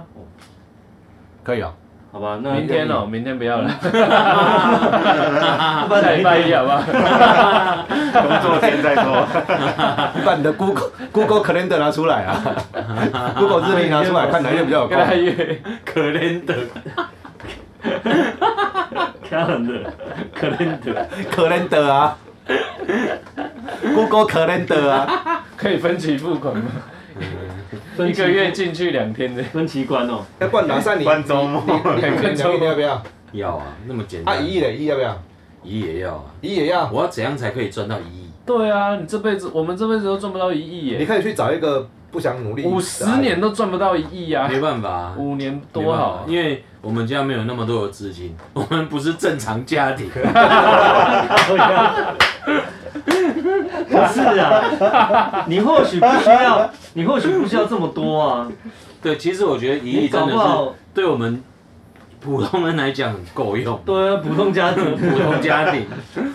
S2: 可以哦。
S3: 好吧？那
S4: 明天哦，明天不要了， <laughs>
S3: 那不然
S4: 下礼
S3: 你
S4: 拜一好不好？
S5: 工作天再
S2: <laughs>
S5: 说。
S2: 你把你的 Google Google Calendar 拿出来啊 <laughs> ，Google 日历拿出来，看哪一天比较有
S4: 越来
S2: 空。
S4: 越
S3: 可怜的， <laughs> 可怜的，可怜的，
S2: Calendar <laughs> 啊，Google Calendar 啊，
S4: 可以分期付款吗？一个月进去两天的，
S3: 分期关哦， <laughs>
S2: 要不然马上你
S5: 关周末，
S2: 两
S4: <laughs>
S2: 亿你要不要？
S1: 要啊，那么简
S2: 啊，
S1: 单，
S2: 一亿嘞，一亿要不要？
S1: 一亿也要啊。
S2: 一亿也要。
S1: 我要怎样才可以赚到一亿？
S4: 对啊，你这辈子我们这辈子都赚不到一亿
S2: 你
S4: 耶，
S2: 可以去找一个不想努力的阿姨
S4: 五十年都赚不到一亿啊，
S1: 没办法啊，
S4: 五年多好啊
S1: 没办法，因为我们家没有那么多的资金， <laughs> 我们不是正常家庭。
S3: 不是啊，你或许不需要，你或许不需要这么多啊，
S1: 对，其实我觉得一
S3: 你
S1: 亿
S3: 搞
S1: 真
S3: 不
S1: 的是
S3: 好，，
S1: 对我们普通人来讲很够用
S3: 对啊，普通家庭，
S1: 普通家庭，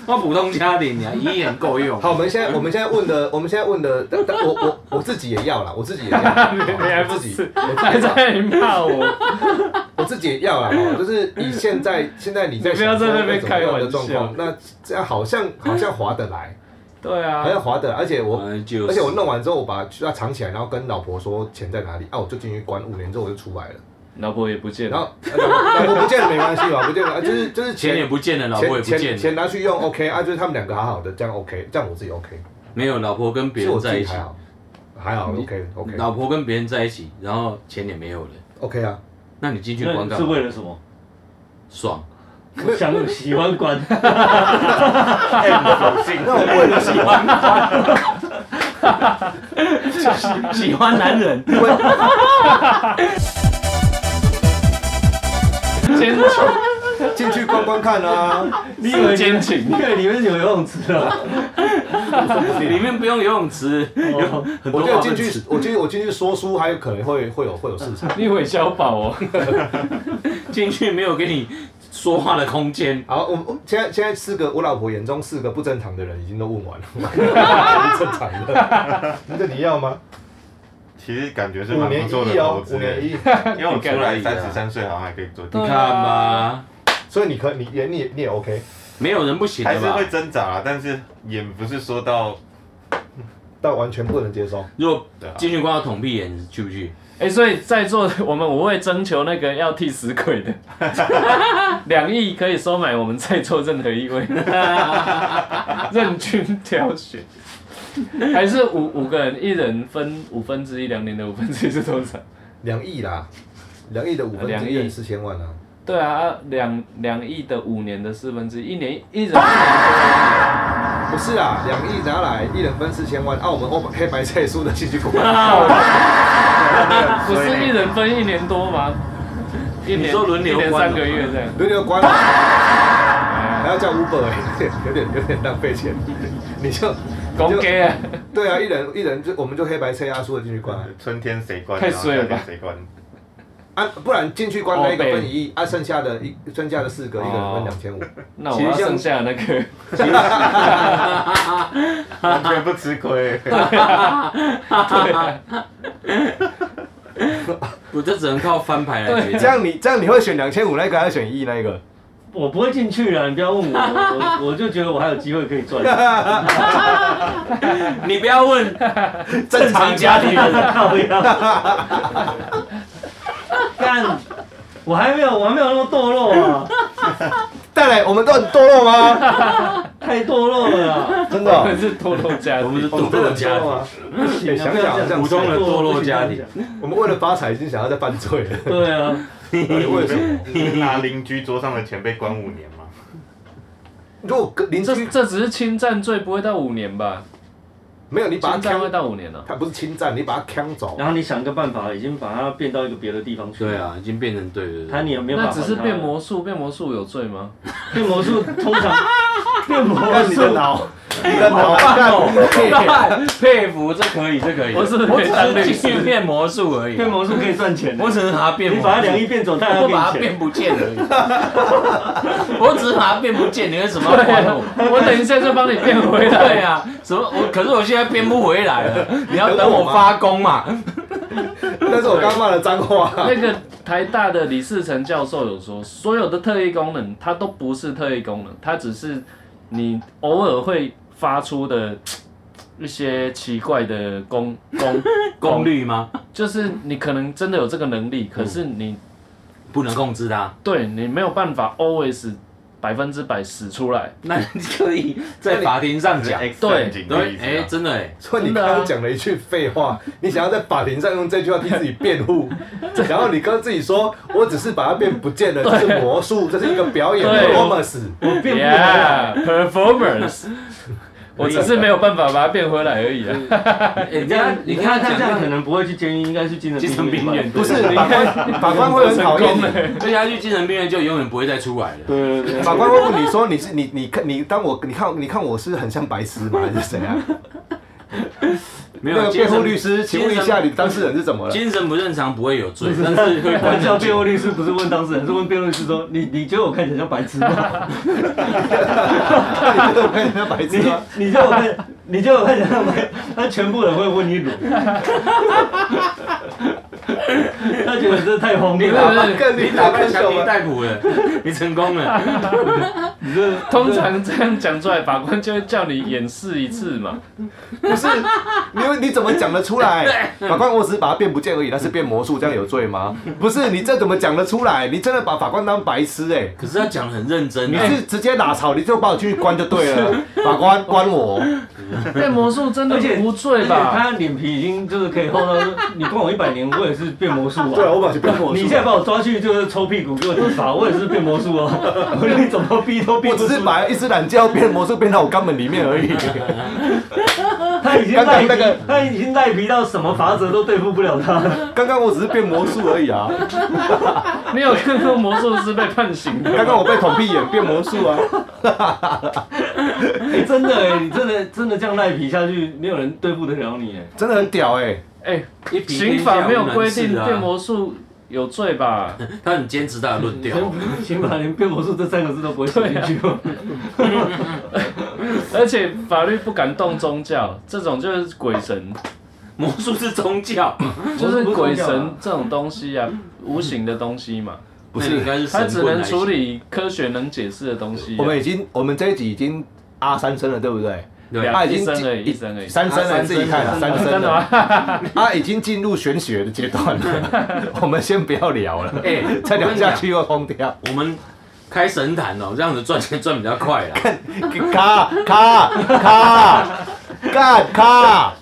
S1: 我普通家庭啊呀，一亿很够用。
S2: <laughs> 好，我们现在我们现在问的，我们现在问的，但但我我我自己也要啦，我自己 <laughs> 也要，
S4: 你还
S2: 我
S4: 不
S2: 自己
S4: 是还在骂我？
S2: 我自己也要 <laughs> 啦，哦就是以现在现在你在
S4: 你不要
S2: 想
S4: 在
S2: 说哎
S4: 那边
S2: 怎么样
S4: 开玩
S2: 的状况，那这样好像好像划得来，
S4: 对
S2: 好像
S4: 啊，
S2: 划得来，而且我
S1: 嗯就是
S2: 而且我弄完之后，我把它藏起来，然后跟老婆说钱在哪里，啊，我就进去关，五年之后我就出来了，
S4: 老婆也不见
S2: 然
S4: 了，
S2: 后啊老婆老婆不见了没关系嘛，不见了，啊就是就是
S1: 钱也
S2: 钱。
S1: 不见了，老婆也
S2: 钱
S1: 不见了，
S2: 钱钱拿去用 OK 啊，就是他们两个好好的，这样 OK，这样我自己 OK，
S1: 没有老婆跟别
S2: 是我
S1: 人
S2: 自
S1: 在
S2: 己
S1: 一起
S2: 还，好，还好 OK OK
S1: 老婆跟别人在一起，然后钱也没有了，
S2: OK 啊，
S1: 那你进去关
S3: 那
S1: 干
S3: 是
S1: 嘛？
S3: 为了什么？
S1: 爽，
S3: 我想喜欢关，
S5: 很走心。
S2: 那我为了喜欢，
S1: <laughs> 喜欢男人，
S4: 奸情，
S2: 进去观观看啊，
S3: <laughs> 你以为
S4: 奸情
S3: <laughs> 你以为里面有游泳池啊？
S1: 里面不用游泳池，有很
S2: 我
S1: 多
S2: 觉得
S1: 化
S2: 进
S1: 粪池
S2: 去，我进去，我进去说书，还有可能会会有会有市场。
S4: 你韦小宝哦，
S1: 进去没有给你说话的空间，
S2: 好，我我现在现在四个，我老婆眼中四个不正常的人已经都问完了，
S5: <laughs>
S2: 不正常的，那你要吗？
S5: 其实感觉是
S2: 五
S5: 蛮
S2: 年
S5: 不
S2: 一
S5: 错的
S2: 亿哦
S5: 投，资
S2: 五，年一亿，
S5: 因为我出来
S2: 啊
S1: 你看
S5: 三十三岁好像还可以做，
S4: 对
S1: 你看吧，
S2: 所以你可你也你也你也 OK，
S1: 没有人不行
S5: 还
S1: 的
S5: 是
S1: 吧
S5: 会？挣扎啦，但是也不是说到
S2: 到完全不能接受。
S1: 如果
S5: 对啊
S1: 进去关到捅屁眼，你去不去？
S4: <laughs> 哎、所以在座的我们我会征求那个要替死鬼的，两亿可以收买我们在座任何一位， <laughs> 任君挑选，还是五五个人，一人分五分之一，两年的五分之一是多少？
S2: 两亿啦，两亿的五分
S4: 两
S2: 之
S4: 亿
S2: 一人四千万啊，
S4: 对啊啊，两两亿的五年的四分之一，一年一人啊，
S2: 不是啊，两亿拿来一人分四千万，啊，我们欧黑白菜输的进去过。
S5: 啊
S4: 不是一人分一年多吗？一
S1: 你
S4: 年
S1: 说轮流
S4: 一年
S1: 关
S4: 三
S1: 了
S4: 个月这样。哎
S2: 轮流关了，还要叫 Uber，欸 <laughs> 有点有点浪费钱。你就
S4: 公
S2: 给
S4: 给啊，
S2: 对啊，一人一人就我们就黑白车压输的进去关啊
S5: 春天谁关？
S4: 太衰了吧
S5: 然后夏天谁关？
S2: 啊，不然进去关那一个
S4: 哦
S2: 分一亿，啊，剩下的一剩下的四个一个人分两千五，
S4: 那我要
S1: 其实像
S4: 剩下那个，
S5: 完全不吃
S2: <laughs>
S5: 亏。
S1: 我这只能靠翻牌来决定。
S2: 这样你这样你会选两千五那个，还是选一亿那一个？
S3: 我不会进去啊，你不要问我，
S4: <laughs>
S3: 我我我就觉得我还有机会可以赚。
S1: 你不要问正常家庭的人，
S3: 靠
S4: <laughs>
S3: 呀！干，我还没有，我还没有那么堕落啊，
S2: 带来我们都很堕落 <laughs> 吗？
S3: 太堕落
S1: <laughs>
S3: 了啊！
S2: 真的
S4: <laughs> 我
S2: 哦、
S4: 们是脱落家
S1: 我们是
S4: 庭，
S1: 堕落家庭。
S2: 不
S4: 啊
S2: 行
S3: 不
S2: 啊哎想
S3: 要这
S2: 想
S3: 样
S2: 好像
S1: 普通的堕落家庭，
S2: 我们为了发财已经想要再犯罪 <laughs> 了，
S3: 对啊，
S2: 到底为什么？
S5: 你 <laughs> 拿邻居桌上的钱被关五年吗？
S2: 如果跟邻
S4: 这
S2: 居
S4: 这只是侵占罪，不会到五年吧？
S2: 没有你把
S4: 侵
S2: 他
S4: 占会
S2: 抢，
S4: 到五年了、啊
S2: 他不是侵占，你把他抢 <laughs> 走，
S3: 然后你想个办法，已经把它变到一个别的地方去。
S1: 对，啊，已经变成对对对。
S3: 他你有没有办
S4: 那
S3: 法？
S4: 只是变魔术，变魔术有罪吗？
S3: 变魔术，通常
S4: <laughs>
S3: 变魔
S2: 看你的
S3: 术
S2: 脑， <laughs> 你的脑干，
S1: <laughs> 佩服，这可以，这可以。
S4: 我是不是
S1: 我
S4: 可以当律
S1: 只是进去
S4: 师？
S1: 变魔术而已。啊
S3: 变魔术可以赚钱的
S1: 我，只能把它变
S3: 你
S1: 魔术。
S3: 把它两亿变走，他
S1: 我
S3: 还要
S1: 会把它
S3: 给你
S1: 变
S3: 钱。
S1: 不见而已。 <laughs> 我只是把它变不见，你为什么要管我？
S4: 哦我等一下就帮你变回来。
S1: 啊对啊，什么？我可是我现在变不回来 <laughs> 了。你要等
S2: 等我
S1: 我
S2: 吗
S1: 发功嘛？
S2: 但是我刚骂了脏话，
S4: <laughs> 那个台大的李世成教授有说，所有的特异功能它都不是特异功能，它只是你偶尔会发出的一些奇怪的功
S3: <laughs>
S4: 功
S1: 功，率吗？
S4: 就是你可能真的有这个能力，可是你
S1: 不能控制它。
S4: 对你没有办法 always 百分之百使出来。
S1: 那你可以在法庭上讲。
S5: 哎
S4: 对
S5: 对
S1: 对，，哎，真的哎，
S2: 所以你刚刚讲了一句废话，
S1: 啊
S2: 你想要在法庭上用这句话替自己
S1: <laughs>
S2: 辩护，然后你刚自己说，我只是把它变不见了，这是魔术，这是一个表演
S4: 对
S2: ，promise，
S3: 我变不回来， <laughs>
S4: Yeah，performance。我只是没有办法把它变回来而已啊！
S1: 哎你这样你
S3: 你
S1: 跟他
S3: 看他
S1: 讲
S3: 这样可能不会去监狱，应该去精
S1: 精神
S3: 病
S1: 病院
S3: 院吧。
S2: 不是法官，法官会很讨厌你。
S1: 而且他去精神病院就永远不会再出来了。
S3: 对对对，
S2: 法官会问你说：“你是你你看你当我你看你看我是很像白痴吗？还是谁啊
S1: 没？”
S2: 那
S1: 有
S2: 个
S1: 精
S2: 辩护
S1: 神
S2: 律师，请问一下，你当事人是怎么了？
S1: 精神不正常不会有罪，但是
S3: <laughs>
S1: 会
S3: 我
S1: 关
S3: 叫
S1: 掉
S3: 辩护律师，不是问当事人， <laughs> 是问辩护律师说：“你你觉得我看起来像白
S2: <laughs>
S3: 痴吗？
S2: 你真的跟人家白痴吗？
S3: 你你觉得我看你觉得我看起来像白？” <laughs> 他全部人会问你鲁， <laughs> 他觉得这太荒谬
S2: <laughs>
S3: 了。
S4: 对
S2: 更
S1: 你打败强尼戴普了，你成功了。
S3: 你这
S4: 通常这样讲出来，法官就会叫你演示一次嘛。
S2: 不是，你你怎么讲得出来？法官，我只是把它变不见而已，那是变魔术，这样有罪吗？不是，你这怎么讲得出来？你真的把法官当白痴哎、
S1: 可是他讲的很认真
S2: 你
S1: 啊，
S2: 是直接打草，你就把我去关就对了。法官关我，
S4: 变魔术真的
S3: 而且
S4: 无罪
S3: 而且
S4: 吧？
S3: 他脸皮已经就是可以厚到， <laughs> 你关我一百年，我也是变魔术啊。
S2: 把你变魔
S3: 你现在把我抓去就是抽屁股给我自罚，我也是变魔术
S2: <laughs>
S3: 啊！我你怎么逼都逼
S2: 我
S3: 不
S2: 只是
S3: 出。
S2: 把一只懒觉变魔术变到我肛门里面 <laughs> 而已。
S3: 他已经
S2: 刚
S3: 赖
S2: 刚
S3: 皮，
S2: 那个
S3: 他已经赖皮到什么法则都对付不了他了。
S2: 刚刚我只是变魔术而已啊。
S4: 你有看过魔术师被判刑的吗？
S2: 刚刚我被捅屁眼变魔术啊！
S3: 哎、 <laughs> 真的哎、你真的真的这样赖皮下去，没有人对付得了你哎、
S2: 真的很屌哎、
S4: 哎，
S1: 一平
S4: 刑
S1: 天下
S4: 法没有
S1: 无难
S4: 规
S1: 事
S4: 定
S1: 啊
S4: 变魔术有罪吧？
S1: 他很坚持他的论调。
S3: <laughs> 刑刑法连变魔术这三个字都不会写进去吗？
S4: 而且法律不敢动宗教，这种就是鬼神，
S1: 魔术是宗教，
S4: 就是鬼
S3: 不是宗教
S4: 神
S3: 啊
S4: 这种东西啊，无形的东西嘛，
S1: 不是应该是
S4: 它
S1: 神
S4: 只
S1: 棍
S4: 能
S1: 来
S4: 处
S1: 行。
S4: 理科学能解释的东西啊。
S2: 我们已经我们这一集已经阿三声了，对不对？
S1: 对
S4: 两
S2: 他已
S4: 一
S2: 经
S4: 升而已，
S2: 进
S4: 一升而已。
S2: 三升了，
S1: 啊
S2: 自己看啊
S4: 三
S2: 三
S4: 升
S2: 升
S4: 真的
S2: 了，
S4: 吗？
S2: 他啊已经进入玄学的阶段了。我们先不要聊了，
S1: 哎
S2: 再
S1: 我
S2: 聊
S1: 跟你讲
S2: 下去又疯掉。
S1: 我们开神坛哦，这样子赚钱赚比啊
S2: <laughs>
S1: 较快啦。
S2: 卡卡卡卡干卡！